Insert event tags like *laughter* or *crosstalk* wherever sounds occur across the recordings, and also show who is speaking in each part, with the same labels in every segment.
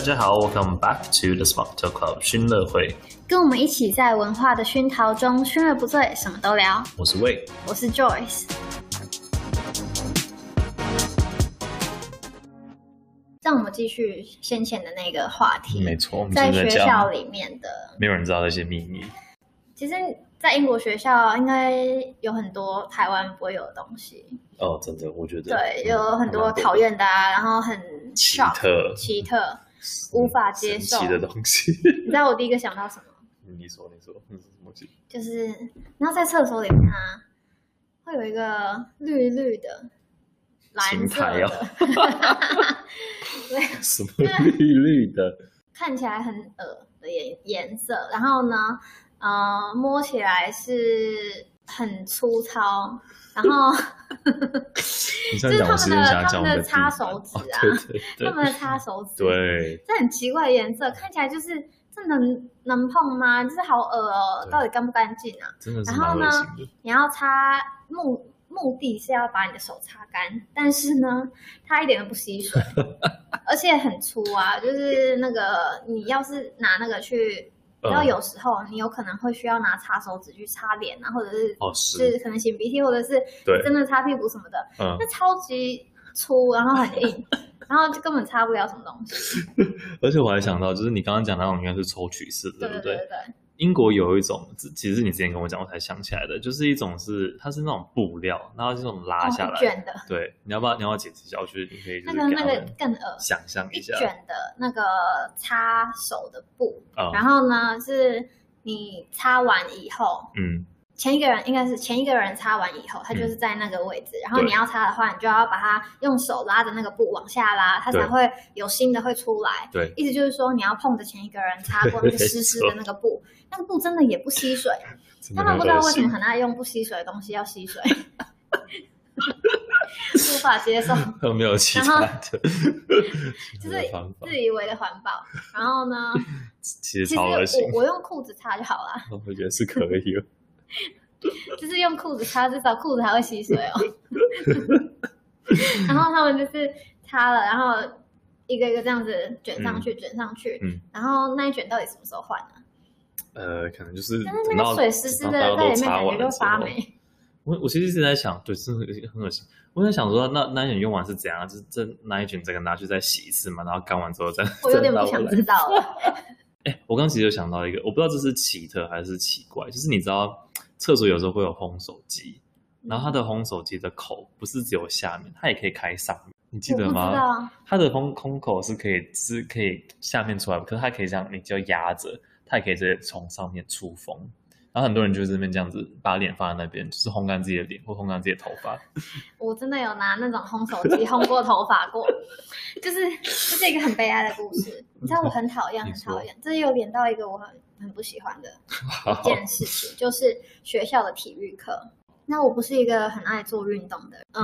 Speaker 1: 家好，Welcome back to the Smart Talk Club 熏乐会，
Speaker 2: 跟我们一起在文化的熏陶中，熏而不醉，什么都聊。
Speaker 1: 我是魏。
Speaker 2: 我是 Joyce。让我们继续先前的那个话题，
Speaker 1: 没错，我们
Speaker 2: 在
Speaker 1: 就是
Speaker 2: 学
Speaker 1: 讲
Speaker 2: 校里面的，
Speaker 1: 没有人知道那些秘密。
Speaker 2: 其实，在英国学校应该有很多台湾不会有的东西，
Speaker 1: 哦，真的，我觉得嗯
Speaker 2: 对，有很多讨厌的啊，然后很
Speaker 1: 奇
Speaker 2: shock
Speaker 1: 特、
Speaker 2: 奇特。无法接受
Speaker 1: 神奇的东西。 *laughs*
Speaker 2: 你知道我第一个想到什么？
Speaker 1: 你说，你说，嗯，什么东西？
Speaker 2: 就是，然后在厕所里面啊，会有一个绿绿的、蓝
Speaker 1: 青
Speaker 2: 色
Speaker 1: 苔
Speaker 2: 的，
Speaker 1: 哦什么绿绿的？
Speaker 2: *laughs* 看起来很恶的颜颜色，然后呢，呃，摸起来是很粗糙，然
Speaker 1: *laughs*
Speaker 2: 后
Speaker 1: 你现在
Speaker 2: 就
Speaker 1: 讲，
Speaker 2: 是他
Speaker 1: 我是
Speaker 2: 们
Speaker 1: 有点
Speaker 2: 的
Speaker 1: 想
Speaker 2: 他
Speaker 1: 讲我
Speaker 2: 们
Speaker 1: 地
Speaker 2: 的擦手指
Speaker 1: 哦
Speaker 2: 啊，
Speaker 1: 对对
Speaker 2: 他们的擦手指，，
Speaker 1: 对对，
Speaker 2: 这很奇怪的颜色，看起来就是这能能碰吗？就是好恶哦，
Speaker 1: 对
Speaker 2: 到底干不干净啊？
Speaker 1: 真的是
Speaker 2: 然
Speaker 1: 蛮
Speaker 2: 后呢
Speaker 1: 恶心的。
Speaker 2: 你要擦目目的是要把你的手擦干，但
Speaker 1: *laughs*
Speaker 2: 是呢，它一点都不吸水，而且很粗
Speaker 1: *laughs*
Speaker 2: 啊。就是那个你要是拿那个去，
Speaker 1: 嗯
Speaker 2: 然后有时候你有可能会需要拿擦手指去擦脸啊，或者是
Speaker 1: 哦是，
Speaker 2: 是可能擤鼻涕，或者是
Speaker 1: 对
Speaker 2: 真的擦屁股什么的，
Speaker 1: 嗯
Speaker 2: 那，超级粗，然后很
Speaker 1: *laughs*
Speaker 2: 硬，然后就根本擦不了什么东西。
Speaker 1: 而且我还想到，就是你刚刚讲那种应该是抽取式的，
Speaker 2: 对
Speaker 1: 不
Speaker 2: 对对，
Speaker 1: 英国有一种，只其实你之前跟我讲，我才想起来的，就是一种是它是那种布料，然后这种拉下
Speaker 2: 哦
Speaker 1: 来，
Speaker 2: 一卷的，
Speaker 1: 对，你要不要你要不要解释一下？我觉得你可以就
Speaker 2: 那
Speaker 1: 是给
Speaker 2: 个那
Speaker 1: 他
Speaker 2: 个
Speaker 1: 们
Speaker 2: 更恶
Speaker 1: 想象
Speaker 2: 一
Speaker 1: 一下，
Speaker 2: 卷的那个擦手的布，
Speaker 1: 啊、
Speaker 2: 然后呢，是你擦完以后，
Speaker 1: 嗯，
Speaker 2: 前一个人应该是前一个人擦完以后，他就是在那个位置。然后
Speaker 1: 嗯对
Speaker 2: 你要擦的话，你就要把它用手拉着那个布往下拉，它
Speaker 1: 对
Speaker 2: 才会有新的会出来。
Speaker 1: 对，
Speaker 2: 意思就是说，你要碰着前一个人擦过那个湿湿的那个布，那个布真的也不
Speaker 1: *laughs*
Speaker 2: 吸水。
Speaker 1: 真的
Speaker 2: 他们
Speaker 1: 很
Speaker 2: 不知道
Speaker 1: 恶
Speaker 2: 为什
Speaker 1: 心
Speaker 2: 么，很爱用不吸水的东西要吸水，
Speaker 1: *laughs*
Speaker 2: 无法接受。
Speaker 1: 他们没有其
Speaker 2: 然后
Speaker 1: 他的，
Speaker 2: *laughs* 就
Speaker 1: 没
Speaker 2: 是
Speaker 1: 有方法
Speaker 2: 自以为的环保。然后呢，
Speaker 1: 其实
Speaker 2: 其实
Speaker 1: 超恶心，
Speaker 2: 我我用裤子擦就好了。
Speaker 1: 我觉得是可以的。
Speaker 2: 就是用裤子擦，至少裤子还会吸水
Speaker 1: *laughs*
Speaker 2: 哦。然后他们就是擦了，然后一个一个这样子卷上去，卷上去。
Speaker 1: 嗯
Speaker 2: 然后那一卷到底什么时候换呢、
Speaker 1: 呃，可能就是
Speaker 2: 但是
Speaker 1: 等
Speaker 2: 那
Speaker 1: 到
Speaker 2: 个水湿湿
Speaker 1: 等到
Speaker 2: 的
Speaker 1: 大
Speaker 2: 在
Speaker 1: 家
Speaker 2: 里
Speaker 1: 都擦完了
Speaker 2: 面，感觉就
Speaker 1: 之
Speaker 2: 发
Speaker 1: 后
Speaker 2: 霉。
Speaker 1: 我我其实一直在想，对，真的很恶心。我在想说，那那一卷用完是怎样？就是这那一卷整个拿去再洗一次嘛，然后干完之后再。
Speaker 2: 我有点
Speaker 1: 再
Speaker 2: 不
Speaker 1: 拿
Speaker 2: 想
Speaker 1: 回来
Speaker 2: 知道了。
Speaker 1: 哎、我刚其实有想到一个，我不知道这是奇特还是奇怪，就是你知道厕所有时候会有烘手机， *laughs* 然后它的烘手机的口不是只有下面，它也可以开上面，你记得
Speaker 2: 我不知
Speaker 1: 吗？
Speaker 2: 道，
Speaker 1: 它的烘空口是可以是可以下面出来，可是它可以这样，你就压着，它也可以直接从上面出风。然后很多人就这边这样子把脸放在那边，就是烘干自己的脸或烘干自己的头发。
Speaker 2: 我真的有拿那种烘手机烘过头发过， *laughs* 就是这是一个很悲哀的故事。你知道我很讨
Speaker 1: *laughs*
Speaker 2: 厌，
Speaker 1: 你
Speaker 2: 很
Speaker 1: 说
Speaker 2: 讨厌，这又连到一个我很很不喜欢的
Speaker 1: 好
Speaker 2: 一，件事情，就是学校的体育课。那我不是一个很爱做运动的人，呃，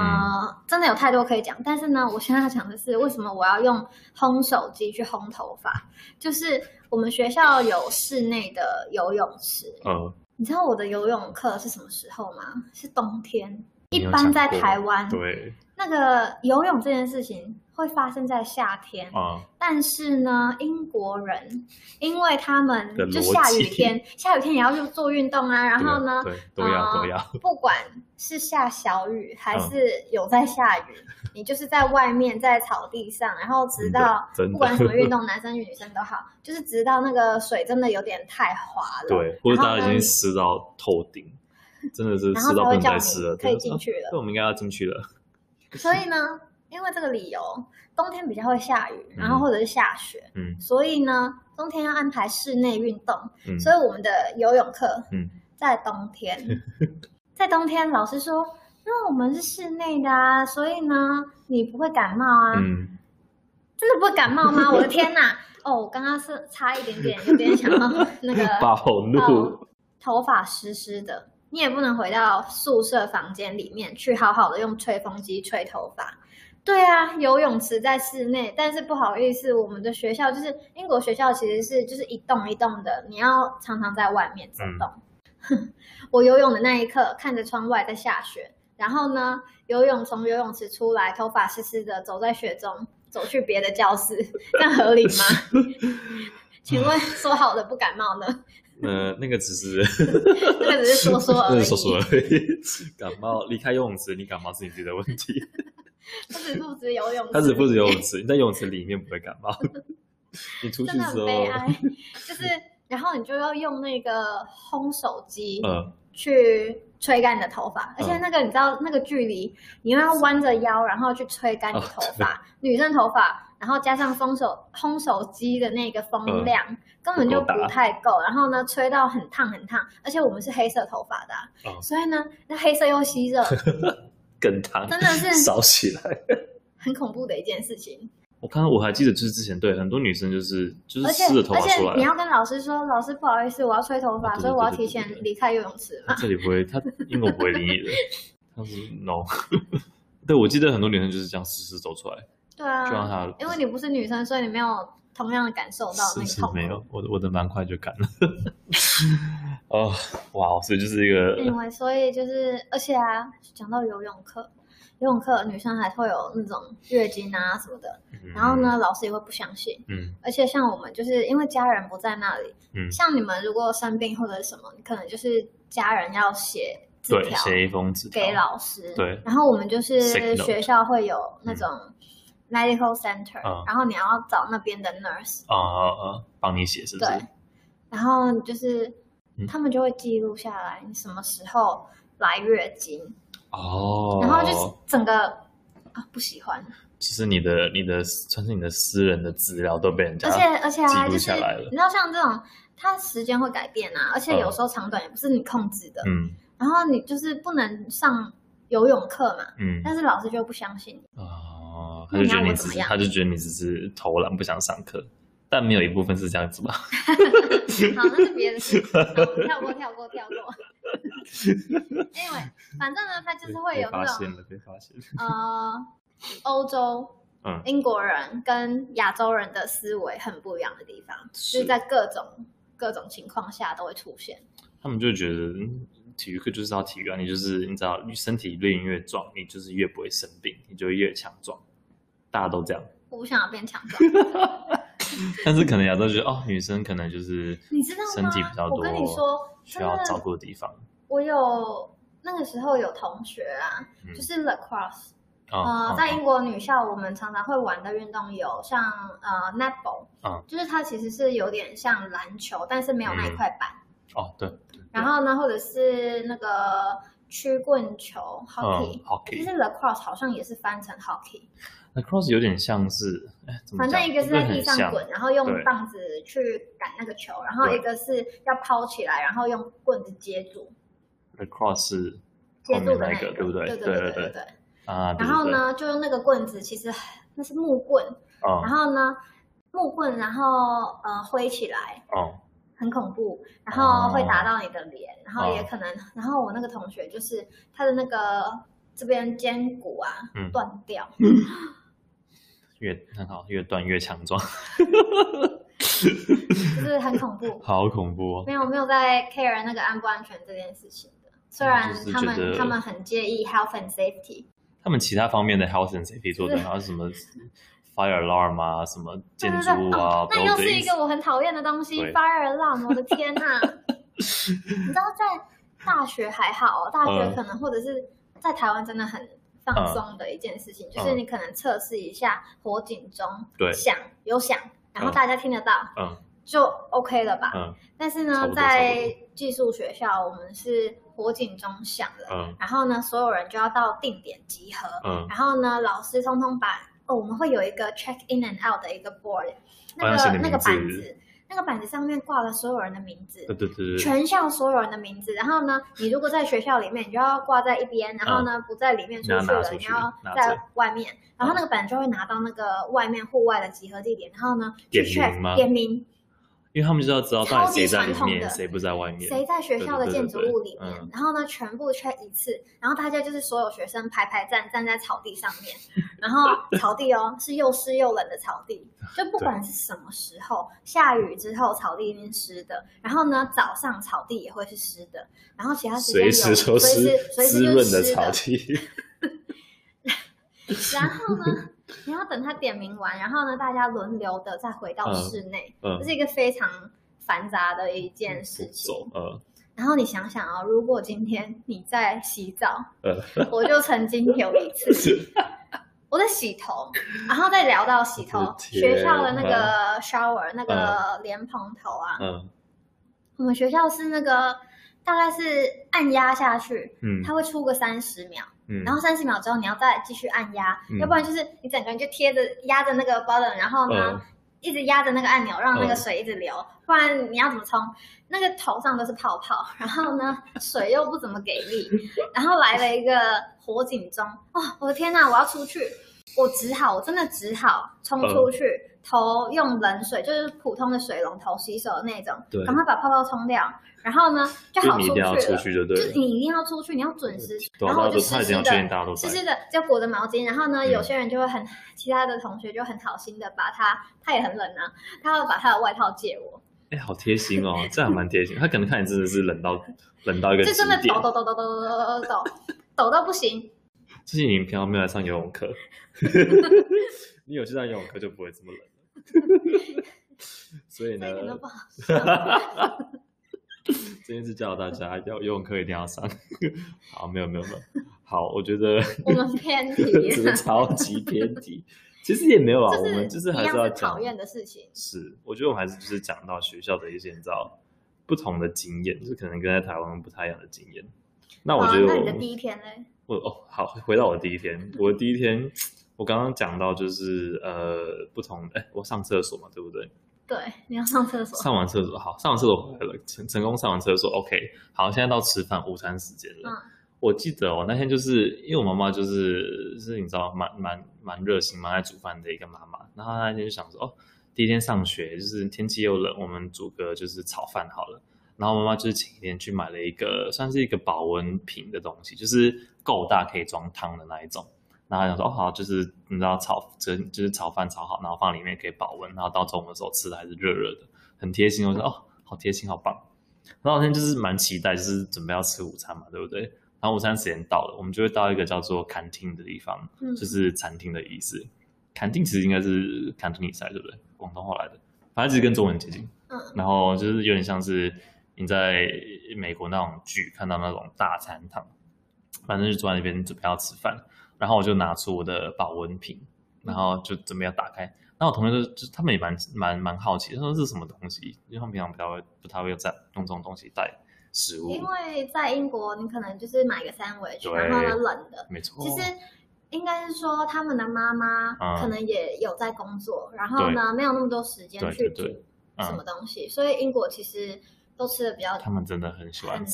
Speaker 1: 嗯
Speaker 2: 真的有太多可以讲。但是呢，我现在要讲的是为什么我要用烘手机去烘头发，就是我们学校有室内的游泳池。
Speaker 1: 嗯，
Speaker 2: 你知道我的游泳课是什么时候吗？是冬天。
Speaker 1: 你
Speaker 2: 一
Speaker 1: 有
Speaker 2: 般在
Speaker 1: 讲过
Speaker 2: 台湾，
Speaker 1: 对
Speaker 2: 那个游泳这件事情会发生在夏天。
Speaker 1: 啊，
Speaker 2: 但是呢，英国人因为他们
Speaker 1: 的
Speaker 2: 就
Speaker 1: 逻
Speaker 2: 下雨
Speaker 1: 辑 *laughs*
Speaker 2: 天，下雨天也要去做运动啊，然后呢，
Speaker 1: 对对都要
Speaker 2: 呃
Speaker 1: 都要，
Speaker 2: 不管是下小雨还是有在下雨，
Speaker 1: 嗯
Speaker 2: 你就是在外面在草地上，然后直到
Speaker 1: 真的真的
Speaker 2: 不管什么运动，男生女生都好， *laughs* 就是直到那个水真的有点太滑了，
Speaker 1: 对，或者
Speaker 2: 然后
Speaker 1: 大家已
Speaker 2: 呢
Speaker 1: 经湿到透顶，真的是
Speaker 2: 然后
Speaker 1: 湿
Speaker 2: 才
Speaker 1: 到不
Speaker 2: 会
Speaker 1: 能
Speaker 2: 叫
Speaker 1: 再湿了。
Speaker 2: 你可以
Speaker 1: 对
Speaker 2: 进去了
Speaker 1: 对，。我们应该要进去了。
Speaker 2: 所以呢，因为这个理由，冬天比较会下雨，然后
Speaker 1: 嗯
Speaker 2: 或者是下雪，
Speaker 1: 嗯
Speaker 2: 所以呢，冬天要安排室内运动。
Speaker 1: 嗯，
Speaker 2: 所以我们的游泳课，
Speaker 1: 嗯
Speaker 2: 在冬
Speaker 1: *laughs*
Speaker 2: 天，在冬天，老师说，因为我们是室内的啊，所以呢，你不会感冒啊，
Speaker 1: 嗯，
Speaker 2: 真的不会感冒吗？我的天哪！哦，我刚刚是差一点点，有点想到
Speaker 1: *laughs*
Speaker 2: 那个
Speaker 1: 暴
Speaker 2: 哦
Speaker 1: 怒，
Speaker 2: 头发湿湿的，你也不能回到宿舍房间里面去好好的用吹风机吹头发。对啊，游泳池在室内，但是不好意思，我们的学校就是英国学校，其实是就是一栋一栋的，你要常常在外面走动。 *laughs* 我游泳的那一刻，看着窗外在下雪，然后呢，游泳从游泳池出来，头发湿湿的，走在雪中，走去别的教室，这样合理吗？请问说好的不感冒呢？
Speaker 1: 呃，那个只是
Speaker 2: 那个只是
Speaker 1: *laughs*
Speaker 2: 说说而
Speaker 1: 那
Speaker 2: 已，
Speaker 1: 是说说而已。感冒离开游泳池，你感冒是你自己的问题。
Speaker 2: 他只负责游泳池，
Speaker 1: 他只负责游泳池，你在游泳池里面不会感
Speaker 2: *laughs*
Speaker 1: 冒。你出去
Speaker 2: 真的
Speaker 1: 之
Speaker 2: 很
Speaker 1: 后，
Speaker 2: 悲哀。就是，然后你就要用那个烘手机
Speaker 1: 呃，
Speaker 2: 去吹干你的头发，而且
Speaker 1: 嗯
Speaker 2: 那个你知道那个距离，你又要弯着腰，然后去吹干你的
Speaker 1: 哦
Speaker 2: 头发，女生头发，然后加上风手烘手机的那个风量，根本就
Speaker 1: 不够
Speaker 2: 不
Speaker 1: 大
Speaker 2: 太够。然后呢，吹到很烫很烫，而且我们是黑色头发的啊、
Speaker 1: 哦
Speaker 2: 所以呢，那黑色又吸
Speaker 1: *laughs*
Speaker 2: 热，
Speaker 1: 跟汤
Speaker 2: 真的是
Speaker 1: 烧起来。 *laughs*
Speaker 2: 很恐怖的一件事情。
Speaker 1: 我看我还记得，就是之前对很多女生就是就是
Speaker 2: 而且
Speaker 1: 湿着头
Speaker 2: 而
Speaker 1: 发出
Speaker 2: 且你
Speaker 1: 来，
Speaker 2: 要跟老师说，老师不好意思，我要吹头发，
Speaker 1: 哦对
Speaker 2: 所以我要
Speaker 1: 对对
Speaker 2: 提
Speaker 1: 对
Speaker 2: 前
Speaker 1: 对对
Speaker 2: 离开游泳池嘛
Speaker 1: 他。这里不会，
Speaker 2: *laughs*
Speaker 1: 他英国不会理你的。他说 no。对，我记得很多女生就是这样湿湿走出来，
Speaker 2: 对
Speaker 1: 就让
Speaker 2: 啊，
Speaker 1: 她
Speaker 2: 因为你不是女生，所以你没有同样的感受到
Speaker 1: 是
Speaker 2: 那个
Speaker 1: 是
Speaker 2: 痛苦。
Speaker 1: 没有，我的我的蛮快就干了。 *laughs* 哦，哇，所以就是一个，
Speaker 2: Anyway，所以就是，而且啊，讲到游泳课，游泳课女生还会有那种月经啊什么的，然后呢，老师也会不相信。
Speaker 1: 嗯，
Speaker 2: 而且像我们就是因为家人不在那里，
Speaker 1: 嗯
Speaker 2: 像你们如果生病或者什么，你可能就是家人要写字
Speaker 1: 对，
Speaker 2: 条
Speaker 1: 写一封纸条
Speaker 2: 给老师，
Speaker 1: 对
Speaker 2: 然后我们就是
Speaker 1: Sick note
Speaker 2: 学校会有那种 medical center，、
Speaker 1: 嗯
Speaker 2: 然后你要找那边的 nurse，
Speaker 1: 啊啊啊，帮你写是不是？
Speaker 2: 对，然后就是、
Speaker 1: 嗯
Speaker 2: 他们就会记录下来你什么时候来月经，
Speaker 1: 哦，
Speaker 2: 然后就是整个啊不喜欢，
Speaker 1: 就是你的你的算是你的私人的资料都被人家
Speaker 2: 而且而且啊，
Speaker 1: 记
Speaker 2: 就
Speaker 1: 录
Speaker 2: 是
Speaker 1: 下来了
Speaker 2: 你知道像这种。它时间会改变啊，而且
Speaker 1: 嗯
Speaker 2: 有时候长短也不是你控制的。
Speaker 1: 嗯
Speaker 2: 然后你就是不能上游泳课嘛，
Speaker 1: 嗯
Speaker 2: 但是老师就不相信你。
Speaker 1: 啊，他
Speaker 2: 那
Speaker 1: 就
Speaker 2: 你
Speaker 1: 觉
Speaker 2: 要
Speaker 1: 得
Speaker 2: 我
Speaker 1: 你
Speaker 2: 怎
Speaker 1: 只
Speaker 2: 么
Speaker 1: 是
Speaker 2: 样
Speaker 1: 他就觉得你只是偷懒不想上课，但没有一部分是这样子吧？
Speaker 2: 好，那是别的
Speaker 1: *laughs*
Speaker 2: 事情，好我们跳过，跳过，跳过。anyway，反正呢，他就是会
Speaker 1: 被
Speaker 2: 有
Speaker 1: 发
Speaker 2: 那
Speaker 1: 现
Speaker 2: 种
Speaker 1: 了，被发
Speaker 2: *laughs*
Speaker 1: 现了。
Speaker 2: 呃，欧洲、
Speaker 1: 嗯
Speaker 2: 英国人跟亚洲人的思维很不一样的地方，就是
Speaker 1: 是
Speaker 2: 在各种各种情况下都会出现。
Speaker 1: 他们就觉得嗯体育课就是要体育啊，你就是你知道，身体练越壮，你就是越不会生病，你就越强壮。大家都
Speaker 2: *laughs*
Speaker 1: 这样，
Speaker 2: 我不想要变强
Speaker 1: *laughs*
Speaker 2: 壮，
Speaker 1: 但是可能亚洲觉得哦，女生可能就是
Speaker 2: 你知道吗？
Speaker 1: 身体比较多，
Speaker 2: 我跟你说，
Speaker 1: 需
Speaker 2: 真
Speaker 1: 要照
Speaker 2: 的，
Speaker 1: 顾的地方
Speaker 2: 我有那个时候有同学啊，
Speaker 1: 嗯
Speaker 2: 就是 lacrosse，
Speaker 1: 啊。
Speaker 2: 呃，
Speaker 1: 嗯
Speaker 2: 在英国女校，我们常常会玩的运动有像呃 netball，、
Speaker 1: 嗯
Speaker 2: 就是它其实是有点像篮球，但是没有那一块板。
Speaker 1: 哦，对，
Speaker 2: 然后呢，或者是那个曲棍球 hockey，、
Speaker 1: 嗯，hockey
Speaker 2: 其实 lacrosse 好像也是翻成 hockey，
Speaker 1: 那 cross 有点像是，哎，怎么
Speaker 2: 反
Speaker 1: 讲
Speaker 2: 正一个是
Speaker 1: 不
Speaker 2: 在
Speaker 1: 很
Speaker 2: 地上
Speaker 1: 像
Speaker 2: 滚，然后用
Speaker 1: 对
Speaker 2: 棒子去赶那个球，然后
Speaker 1: 对
Speaker 2: 一个是要抛起来，然后用棍子接住，
Speaker 1: ，cross 是
Speaker 2: 接
Speaker 1: 后
Speaker 2: 住
Speaker 1: 面
Speaker 2: 的
Speaker 1: 那
Speaker 2: 那
Speaker 1: 一
Speaker 2: 个，
Speaker 1: 个对不对
Speaker 2: 对
Speaker 1: 对
Speaker 2: 对
Speaker 1: 对对
Speaker 2: 对。
Speaker 1: 啊。对
Speaker 2: 然后？呢，就用那个棍子，其实那是木棍。
Speaker 1: 对
Speaker 2: 然
Speaker 1: 哦
Speaker 2: 后呢，木棍，然后呃挥起来，
Speaker 1: 哦，
Speaker 2: 很恐怖，然后会
Speaker 1: 哦
Speaker 2: 打到你的脸，然后也
Speaker 1: 哦
Speaker 2: 可能，然后我那个同学就是他的那个这边肩骨啊、
Speaker 1: 嗯
Speaker 2: 断
Speaker 1: *laughs*
Speaker 2: 掉，
Speaker 1: 越很好，越断越强壮，。
Speaker 2: 就是很恐怖
Speaker 1: 好恐怖哦
Speaker 2: 没。有没有在 care 那个安不安全这件事情的，虽
Speaker 1: 嗯
Speaker 2: 然
Speaker 1: 就是
Speaker 2: 他
Speaker 1: 觉
Speaker 2: 们、
Speaker 1: 得
Speaker 2: 他们很介意 health and safety，
Speaker 1: 他们其他方面的 health and safety 做的，好像什么 fire alarm 啊，什么建
Speaker 2: 对对
Speaker 1: 筑
Speaker 2: 对，
Speaker 1: 啊
Speaker 2: 哦，那又是一
Speaker 1: buildings，
Speaker 2: 个我很讨厌的东西
Speaker 1: 对
Speaker 2: ，fire alarm，我的
Speaker 1: *laughs*
Speaker 2: 天呐！你知道在大学还好哦，大学
Speaker 1: 嗯
Speaker 2: 可能或者是在台湾真的很放松的一件事情，就是你可能测试一下火警钟
Speaker 1: 嗯对
Speaker 2: 响有响，然后
Speaker 1: 嗯
Speaker 2: 大家听得到，
Speaker 1: 嗯
Speaker 2: 就 OK 了吧？
Speaker 1: 嗯
Speaker 2: 但是
Speaker 1: 差不
Speaker 2: 呢，
Speaker 1: 多
Speaker 2: 在寄宿学校，我们是火警钟响了，
Speaker 1: 嗯
Speaker 2: 然后呢，所有人就要到定点集合，
Speaker 1: 嗯，
Speaker 2: 然后呢，老师通通把哦，我们会有一个 check in and out 的一个 board，那
Speaker 1: 好像
Speaker 2: 个
Speaker 1: 写你
Speaker 2: 那
Speaker 1: 名
Speaker 2: 个
Speaker 1: 字
Speaker 2: 板子，那个板子上面挂了所有人的名字
Speaker 1: 对，对对对，
Speaker 2: 全校所有人的名字。然后呢，你如果在学校里面，你就要挂在一边；然后呢，不在里面出去
Speaker 1: 你要拿
Speaker 2: 了，
Speaker 1: 出
Speaker 2: 你
Speaker 1: 去
Speaker 2: 要
Speaker 1: 嗯拿着
Speaker 2: 在外面。然后那个板就会拿到那个外面户外的集合地点，然后呢去
Speaker 1: 点名
Speaker 2: check
Speaker 1: 吗
Speaker 2: 点名
Speaker 1: 因为他们就要知道到底谁在里
Speaker 2: 超级传统的
Speaker 1: 面，谁不在外面。
Speaker 2: 谁在学校的
Speaker 1: 对对对
Speaker 2: 建筑物里
Speaker 1: 对
Speaker 2: 面
Speaker 1: 对嗯，
Speaker 2: 然后呢，全部 check 一次，然后大家就是所有学生排排站站在草地上
Speaker 1: *laughs*
Speaker 2: 面，然后草地哦是又湿又冷的草地，
Speaker 1: *laughs*
Speaker 2: 就不管是什么时候，下雨之后草地一定湿的，然后呢早上草地也会是湿的，然后其他时间
Speaker 1: 随
Speaker 2: 有
Speaker 1: 时都
Speaker 2: 随
Speaker 1: 是
Speaker 2: 时随
Speaker 1: 滋
Speaker 2: 时 *laughs*
Speaker 1: 润
Speaker 2: 就是
Speaker 1: 的
Speaker 2: 湿
Speaker 1: 草地， *laughs*
Speaker 2: 然后呢，你要等他点名完，然后呢，大家轮流的再回到
Speaker 1: 嗯
Speaker 2: 室内，
Speaker 1: 嗯
Speaker 2: 这，是一个非常繁杂的一件
Speaker 1: 不
Speaker 2: 事情。
Speaker 1: 走，呃
Speaker 2: 然后你想想哦，如果今天你在洗澡，
Speaker 1: 呃，
Speaker 2: 我就曾经有一次，我在洗头，然后再聊到洗
Speaker 1: 我
Speaker 2: 头
Speaker 1: 的，天啊
Speaker 2: 学校的那个 shower 那个莲蓬头啊，
Speaker 1: 嗯
Speaker 2: 我们学校是那个大概是按压下去，
Speaker 1: 嗯
Speaker 2: 它会出个三十秒，
Speaker 1: 嗯，
Speaker 2: 然后三十秒之后你要再继续按压，
Speaker 1: 嗯
Speaker 2: 要不然就是你整个人就贴着压着那个 button，然后呢。
Speaker 1: 嗯
Speaker 2: 一直压着那个按钮，让那个
Speaker 1: 嗯
Speaker 2: 水一直流，不然你要怎么冲？那个头上都是泡泡，然后呢，水又不怎么给力，然后来了一个火警钟，哦，我的天呐，我要出去，我只好，我真的只好冲
Speaker 1: 嗯
Speaker 2: 出去，头用冷水，就是普通的水龙头洗手的那种
Speaker 1: 对，
Speaker 2: 赶快把泡泡冲掉，然后呢，就
Speaker 1: 就
Speaker 2: 好
Speaker 1: 你一
Speaker 2: 出
Speaker 1: 定
Speaker 2: 去
Speaker 1: 要出
Speaker 2: 了。
Speaker 1: 去就对
Speaker 2: 就是
Speaker 1: 了，
Speaker 2: 你一定要出去，你要准时。
Speaker 1: 对
Speaker 2: 然
Speaker 1: 啊，
Speaker 2: 后
Speaker 1: 大
Speaker 2: 我
Speaker 1: 家
Speaker 2: 就
Speaker 1: 都他
Speaker 2: 湿
Speaker 1: 已经
Speaker 2: 湿
Speaker 1: 要确定
Speaker 2: 的，
Speaker 1: 大家都在
Speaker 2: 湿，湿的就裹着毛巾。然后呢，
Speaker 1: 嗯
Speaker 2: 有些人就会很，其他的同学就很好心的把他，他也很冷啊，他会把他的外套借我，
Speaker 1: 哎，好贴心哦，这还蛮贴心。他可能看你真的是冷到冷到一个
Speaker 2: 就
Speaker 1: 极
Speaker 2: 真的
Speaker 1: 点
Speaker 2: 抖，抖抖抖抖抖抖抖抖抖抖到不行。
Speaker 1: 最近你平常没有来上游泳课， *laughs* 你有去上游泳课就不会这么冷了。所以
Speaker 2: 这一点都
Speaker 1: 呢，
Speaker 2: 不好。
Speaker 1: 这件事教大家要游泳课一定要上。好，没有没有没有，好，我觉得
Speaker 2: 我们偏
Speaker 1: *laughs*
Speaker 2: 题
Speaker 1: 真的超级偏题。其实也没有啊，我们
Speaker 2: 就
Speaker 1: 就是是
Speaker 2: 一
Speaker 1: 还
Speaker 2: 样
Speaker 1: 是要
Speaker 2: 讨
Speaker 1: 讲
Speaker 2: 厌的事情。
Speaker 1: 是，我觉得我还是就是讲到学校的一些你知道不同的经验，就是可能跟在台湾不太一样的经验。那我
Speaker 2: 好
Speaker 1: 觉得
Speaker 2: 啊那
Speaker 1: 我
Speaker 2: 你的
Speaker 1: 们
Speaker 2: 第一天嘞？
Speaker 1: 我哦，好，回到我第一天，我第一天，我刚刚讲到就是呃，不同，哎，我上厕所嘛，对不对？
Speaker 2: 对，你要上厕所。
Speaker 1: 上完厕所，好，上完厕所回来了，成成功上完厕所，OK，好，现在到吃饭午餐时间了。
Speaker 2: 嗯
Speaker 1: 我记得哦我、那天就是因为我妈妈就是是你知道蛮蛮蛮热心蛮爱煮饭的一个妈妈，然后她那天就想说哦，第一天上学就是天气又冷，我们煮个就是炒饭好了。然后妈妈就是前一天去买了一个算是一个保温瓶的东西，就是够大可以装汤的那一种。然后她想说哦好，就是你知道炒就是就是炒饭炒好，然后放里面可以保温，然后到中午的时候吃的还是热热的，很贴心。我说哦，好贴心，好棒。然后那天就是蛮期待，就是准备要吃午餐嘛，对不对？然后午餐时间到了，我们就会到一个叫做 canteen 的地方，
Speaker 2: 嗯
Speaker 1: 就是餐厅的意思。canteen 其实应该是 Cantonese 来对不对？广东话来的，反正其实跟中文接近。
Speaker 2: 嗯
Speaker 1: 然后就是有点像是你在美国那种剧看到那种大餐堂，反正就坐在那边准备要吃饭，然后我就拿出我的保温瓶，然后就准备要打开。然后我同学就就他们也蛮蛮蛮好奇，他说这是什么东西？因为他们平常不太会不太会在用这种东西带食物
Speaker 2: 嗯因，为在英国，你可能就是买个三文
Speaker 1: 对
Speaker 2: 然后呢冷的，
Speaker 1: 没错。
Speaker 2: 其实应该是说他们的妈妈
Speaker 1: 嗯
Speaker 2: 可能也有在工作，然后呢没有那么多时间
Speaker 1: 对
Speaker 2: 去
Speaker 1: 对
Speaker 2: 煮
Speaker 1: 对，
Speaker 2: 什
Speaker 1: 嗯
Speaker 2: 么，东西，所以英国其实都吃的比较，
Speaker 1: 他们真的很喜欢
Speaker 2: 很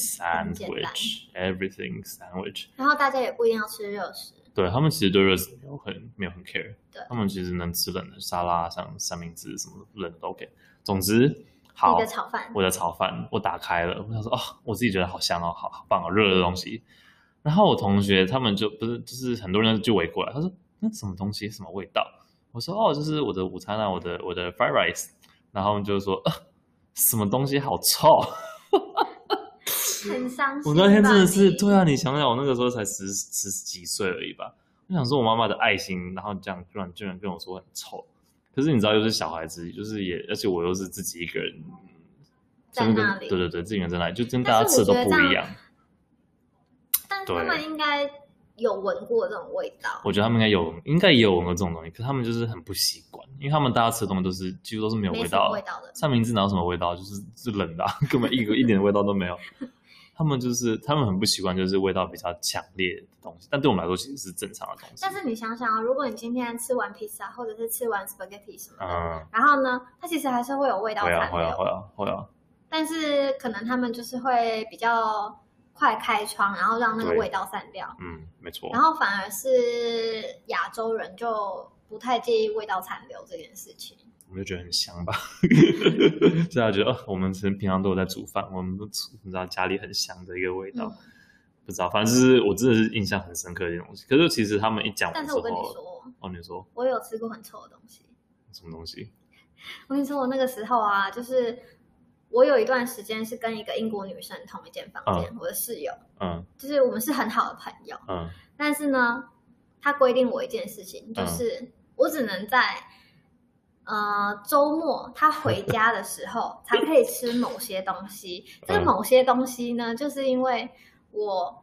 Speaker 2: 很简单
Speaker 1: sandwich，everything sandwich。
Speaker 2: 然后大家也不一定要吃热食。
Speaker 1: 对他们其实对热食没有很没有很 care，
Speaker 2: 对
Speaker 1: 他们其实能吃冷的沙拉，像三明治什么冷的都 OK。总之，好
Speaker 2: 你的，炒饭，
Speaker 1: 我的炒饭我打开了，我想说啊、我自己觉得好香哦，好好棒哦，热的东西。然后我同学他们就不是就是很多人就围过来，他说那什么东西什么味道？我说哦，就是我的午餐啊，我的我的 fried rice。然后他们就说、呃、什么东西好臭。
Speaker 2: 很伤心吧。
Speaker 1: 我那天真的是，
Speaker 2: 你
Speaker 1: 对啊，你想想，我那个时候才十十几岁而已吧。我想说，我妈妈的爱心，然后这样居然居然跟我说很臭。可是你知道，又是小孩子，就是也，而且我又是自己一个人，
Speaker 2: 在
Speaker 1: 真的
Speaker 2: 那里
Speaker 1: 对对对，自己一个人在那里，就跟大
Speaker 2: 但
Speaker 1: 家
Speaker 2: 是
Speaker 1: 吃
Speaker 2: 我
Speaker 1: 的都
Speaker 2: 觉得
Speaker 1: 不
Speaker 2: 这
Speaker 1: 一
Speaker 2: 样
Speaker 1: 样。
Speaker 2: 但
Speaker 1: 对
Speaker 2: 他们应该有闻过这种味道。
Speaker 1: 我觉得他们应该有，应该也有闻过这种东西，可是他们就是很不习惯，因为他们大家吃的东西都是几乎都是没有
Speaker 2: 没
Speaker 1: 味
Speaker 2: 什么
Speaker 1: 道
Speaker 2: 味
Speaker 1: 的，
Speaker 2: 道的，
Speaker 1: 三明治哪有什么味道，就是是冷的啊、 *laughs* 根本一个一点味道都没有。他们就是他们很不习惯，就是味道比较强烈的东西，但对我们来说其实是正常的东西。
Speaker 2: 但是你想想啊，如果你今天吃完披萨，或者是吃完 spaghetti 什么的，
Speaker 1: 嗯，
Speaker 2: 然后呢，它其实还是会有味道
Speaker 1: 会
Speaker 2: 残
Speaker 1: 啊，
Speaker 2: 留，
Speaker 1: 会啊，会啊，会啊，
Speaker 2: 但是可能他们就是会比较快开窗，然后让那个
Speaker 1: 对
Speaker 2: 味道散掉，
Speaker 1: 嗯，没错
Speaker 2: 然，后反而是亚洲人就不太介意味道残留这件事情。
Speaker 1: 我们就觉得很香吧， *laughs* 所以他觉得、哦、我们其实平常都有在煮饭，我们都煮你知道家里很香的一个味道，
Speaker 2: 嗯
Speaker 1: 不知道，反正就是我真的是印象很深刻的一种东西。可是其实他们一讲完
Speaker 2: 但
Speaker 1: 之
Speaker 2: 是
Speaker 1: 后，
Speaker 2: 我跟你说，
Speaker 1: 哦，你说
Speaker 2: 我有吃过很臭的东西。
Speaker 1: 什么东西？
Speaker 2: 我跟你说，我那个时候啊，就是我有一段时间是跟一个英国女生同一间房间，我的室友，
Speaker 1: 嗯
Speaker 2: 就是我们是很好的朋友。
Speaker 1: 嗯
Speaker 2: 但是呢，他规定我一件事情，就
Speaker 1: 嗯
Speaker 2: 是我只能在呃周末他回家的时候才可以吃某些东西。这个
Speaker 1: 嗯
Speaker 2: 某些东西呢，就是因为我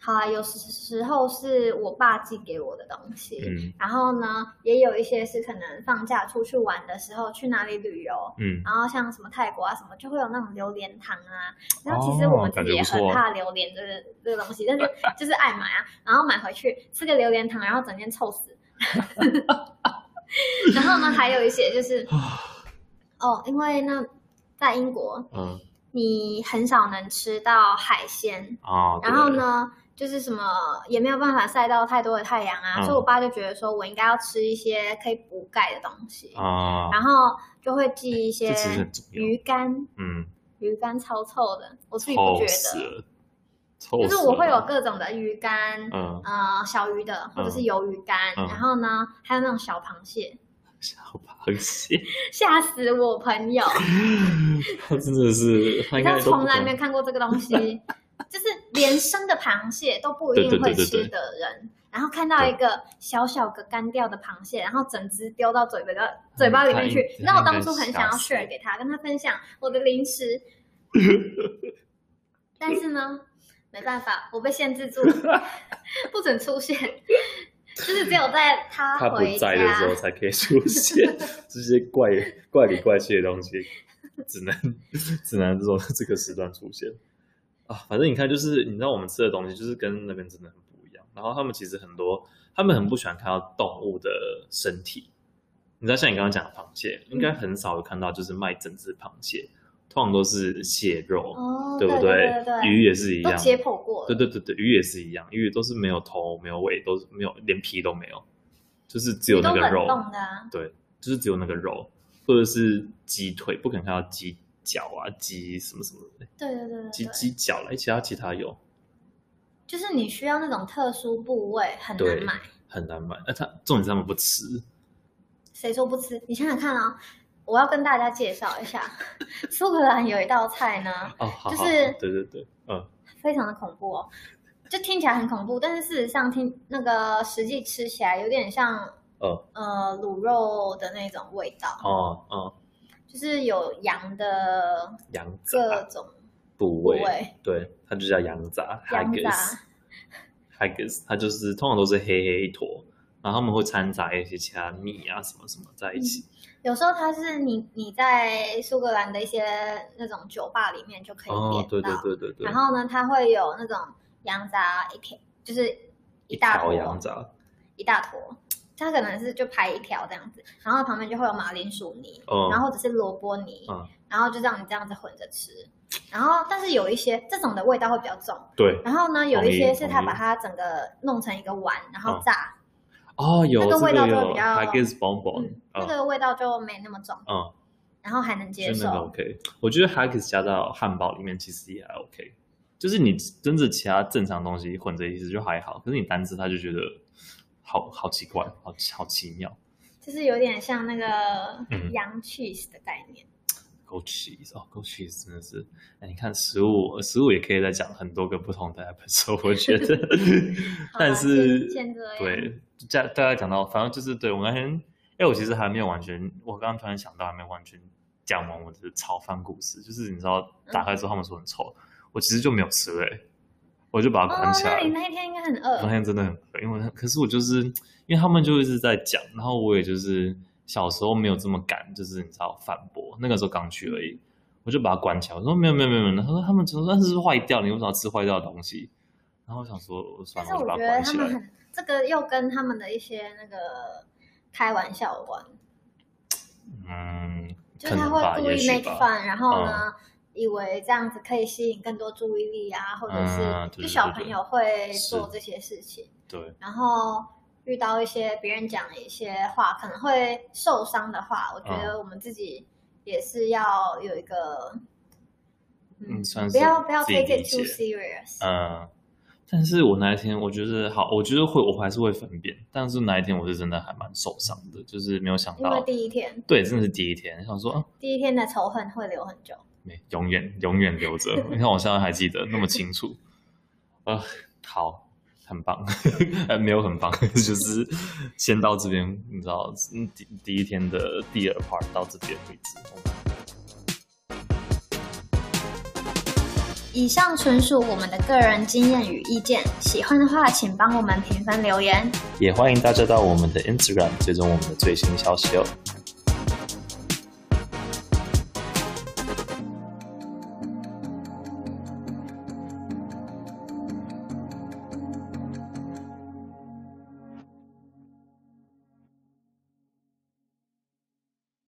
Speaker 2: 好啊，有时时候是我爸寄给我的东西，
Speaker 1: 嗯
Speaker 2: 然后呢，也有一些是可能放假出去玩的时候去哪里旅游，
Speaker 1: 嗯，
Speaker 2: 然后像什么泰国啊什么，就会有那种榴莲糖啊。然后其实
Speaker 1: 哦
Speaker 2: 我们自己也很怕榴莲这个这个东西，
Speaker 1: *laughs*
Speaker 2: 但是就是爱买啊，然后买回去吃个榴莲糖，然后整天臭死。 *laughs* 然后呢，还有一些就是
Speaker 1: 啊
Speaker 2: 哦，因为那在英国
Speaker 1: 嗯
Speaker 2: 你很少能吃到海鲜，
Speaker 1: 啊，
Speaker 2: 然后
Speaker 1: 对？
Speaker 2: 呢，就是什么也没有办法晒到太多的太阳啊，
Speaker 1: 嗯
Speaker 2: 所以我爸就觉得说我应该要吃一些可以补钙的东西，
Speaker 1: 啊，
Speaker 2: 然后就会寄一些
Speaker 1: 这其实很重要。
Speaker 2: 鱼干，
Speaker 1: 嗯，
Speaker 2: 鱼干超臭的，我自己不觉
Speaker 1: 臭死
Speaker 2: 得，
Speaker 1: 了，臭
Speaker 2: 就
Speaker 1: 死
Speaker 2: 是我会有
Speaker 1: 了
Speaker 2: 各种的鱼干，
Speaker 1: 嗯
Speaker 2: 呃，小鱼的或者是
Speaker 1: 嗯
Speaker 2: 鱿鱼干，
Speaker 1: 嗯
Speaker 2: 然后呢还有那种小螃蟹，
Speaker 1: 小螃蟹，
Speaker 2: 吓死我朋友，
Speaker 1: *laughs* 他真的是他应
Speaker 2: 他
Speaker 1: 该都不
Speaker 2: 从来
Speaker 1: 懂
Speaker 2: 没有看过这个
Speaker 1: *laughs*
Speaker 2: 东西，就是连生的螃蟹都不一定会吃的人，然后看到一个小小个干掉的螃蟹，然后整只丢到嘴巴的嘴巴里面
Speaker 1: 嗯
Speaker 2: 去
Speaker 1: 他应。
Speaker 2: 你知道我当初很想要
Speaker 1: 他应该吓死
Speaker 2: share 给他，跟他分享我的零食，但是呢，没办法，我被限制住， *laughs* 不准出现，就是只有在他
Speaker 1: 他不
Speaker 2: 回家
Speaker 1: 在的时候才可以出
Speaker 2: *laughs*
Speaker 1: 现这些怪怪里怪气的东西，只能只能这种这个时段出现啊。反正你看，就是你知道我们吃的东西，就是跟那边真的很不一样。然后他们其实很多，他们很不喜欢看到动物的身体。你知道，像你刚刚讲的螃蟹，应
Speaker 2: 嗯
Speaker 1: 该很少有看到就是卖整只螃蟹，通常都是蟹肉，
Speaker 2: 哦，
Speaker 1: 对不
Speaker 2: 对对对，
Speaker 1: 鱼也是一
Speaker 2: 都
Speaker 1: 样，
Speaker 2: 解剖过
Speaker 1: 对
Speaker 2: 了，
Speaker 1: 对对对，鱼也是一样，鱼都是没有头、没有尾，都是没有连皮都没有，就是只有
Speaker 2: 你
Speaker 1: 那
Speaker 2: 都
Speaker 1: 个
Speaker 2: 冷
Speaker 1: 肉，
Speaker 2: 冻的啊，
Speaker 1: 对，就是只有那个肉，或者是鸡腿，不可能看到鸡脚啊、鸡什么什么的，
Speaker 2: 对对对对
Speaker 1: 鸡
Speaker 2: 对。
Speaker 1: 鸡脚啦，哎其他其他有
Speaker 2: 就是你需要那种特殊部位，很难
Speaker 1: 对
Speaker 2: 买。
Speaker 1: 很难买。那他重点是他们不吃，
Speaker 2: 谁说不吃？你想想看啊、我要跟大家介绍一下， *laughs* 苏格兰有一道菜呢，
Speaker 1: 哦，好好，
Speaker 2: 就是
Speaker 1: 对对对，嗯
Speaker 2: 非常的恐怖哦，就听起来很恐怖，但是事实上听那个实际吃起来有点像
Speaker 1: 嗯
Speaker 2: 呃卤肉的那种味道，
Speaker 1: 哦哦，
Speaker 2: 就是有羊的
Speaker 1: 羊
Speaker 2: 各
Speaker 1: 杂
Speaker 2: 种
Speaker 1: 部
Speaker 2: 部
Speaker 1: 位，
Speaker 2: 位，
Speaker 1: 对，它就叫羊杂
Speaker 2: 羊杂
Speaker 1: （haggis）。haggis，它就是通常都是黑黑一坨，然后他们会掺杂一些其他米啊什么什么在一起。
Speaker 2: 有时候它是你你在苏格兰的一些那种酒吧里面就嗯可以点
Speaker 1: 哦
Speaker 2: 到，，
Speaker 1: 对对对对对，
Speaker 2: 然后呢，它会有那种羊杂一片，就是一大
Speaker 1: 条
Speaker 2: 坨
Speaker 1: 羊杂，
Speaker 2: 一大坨，它可能是就排一条这样子，然后旁边就会有马铃薯泥，
Speaker 1: 哦
Speaker 2: 然后或者是萝卜泥，
Speaker 1: 嗯
Speaker 2: 然后就让你这样子混着吃。然后，但是有一些这种的味道会比较重，
Speaker 1: 对，
Speaker 2: 然后呢，有一
Speaker 1: 同意
Speaker 2: 些是它
Speaker 1: 同意
Speaker 2: 把它整个弄成一个丸，
Speaker 1: 嗯
Speaker 2: 然后炸，
Speaker 1: 哦，有
Speaker 2: 那
Speaker 1: 这
Speaker 2: 个味道就会
Speaker 1: 有
Speaker 2: 比较
Speaker 1: haggis bonbon，
Speaker 2: 嗯，那
Speaker 1: 嗯
Speaker 2: 个味道就没那么重，
Speaker 1: 嗯，
Speaker 2: 然后还能接
Speaker 1: 就那个
Speaker 2: 受。
Speaker 1: OK。我觉得 haggis 加到汉堡里面其实也还 OK，就是你跟着其他正常东西混在一起就还好，可是你单吃它就觉得好好奇怪，好好奇妙。
Speaker 2: 就是有点像那个
Speaker 1: 嗯
Speaker 2: 羊 cheese 的概念，
Speaker 1: Go cheese 哦，Go cheese 真的是，哎，你看食物，食物也可以再讲很多个不同的 episode，我觉得
Speaker 2: *laughs* 好，啦
Speaker 1: *laughs* 但是
Speaker 2: 先先这样
Speaker 1: 对，大大家讲到，反正就是对我刚才，哎，我其实还没有完全，我刚刚突然想到还没有完全讲完我的炒饭故事，就是你知道
Speaker 2: 嗯
Speaker 1: 打开之后他们说很臭，我其实就没有吃哎，我就把它关
Speaker 2: 哦，
Speaker 1: 起
Speaker 2: 那
Speaker 1: 来了。
Speaker 2: 你那一天应该很
Speaker 1: 我那
Speaker 2: 饿，
Speaker 1: 天真的很饿，因为那可是我就是因为他们就一直在讲，然后我也就是小时候没有这么敢，就是你知道反驳，那个时候刚去而已，我就把它关起来，我说没有没有没有没有，他说他们只说那是坏掉，你为什么要吃坏掉的东西？然后我想说，我
Speaker 2: 但
Speaker 1: 算
Speaker 2: 是
Speaker 1: 了，就
Speaker 2: 我
Speaker 1: 把它
Speaker 2: 觉得
Speaker 1: 关
Speaker 2: 他
Speaker 1: 起
Speaker 2: 们
Speaker 1: 来。
Speaker 2: 很 *laughs* 这个又跟他们的一些那个开玩笑有关，
Speaker 1: 嗯，
Speaker 2: 就是
Speaker 1: 可
Speaker 2: 他
Speaker 1: 能吧，
Speaker 2: 会故
Speaker 1: 也
Speaker 2: 意
Speaker 1: 许
Speaker 2: make
Speaker 1: 吧。嗯
Speaker 2: fun，然后呢，以为这样子可以吸引更多注意力啊，或者
Speaker 1: 嗯
Speaker 2: 是
Speaker 1: 对
Speaker 2: 就
Speaker 1: 对
Speaker 2: 小
Speaker 1: 对
Speaker 2: 朋
Speaker 1: 对
Speaker 2: 友会
Speaker 1: 是
Speaker 2: 做这些事情，
Speaker 1: 对，
Speaker 2: 然后遇到一些别人讲一些话可能会受伤的话，我觉
Speaker 1: 嗯
Speaker 2: 得我们自己也是要有一个，
Speaker 1: 嗯，算
Speaker 2: 不
Speaker 1: 是
Speaker 2: 要不要
Speaker 1: 自己
Speaker 2: take
Speaker 1: 理
Speaker 2: it
Speaker 1: 解。
Speaker 2: too serious，
Speaker 1: 嗯，但是我那一天我觉得好，我觉得会，我还是会分辨。但是那一天我是真的还蛮受伤的，就是没有想
Speaker 2: 因为
Speaker 1: 到，
Speaker 2: 第一天
Speaker 1: 对，真的是第一天，想说啊，
Speaker 2: 第一天的仇恨会留很久。
Speaker 1: 没，永
Speaker 2: *laughs*
Speaker 1: 啊远永远留着。你看我现在还记得那么清楚。呃，好，很棒，呃，没有很棒， *laughs* 就是先到这边，你知道，嗯第第一天的第二 part 到这边为止。
Speaker 2: 以上纯属我们的个人经验与意见，喜欢的话请帮我们评分留言。
Speaker 1: 也欢迎大家到我们的 Instagram 追踪我们的最新消息哦。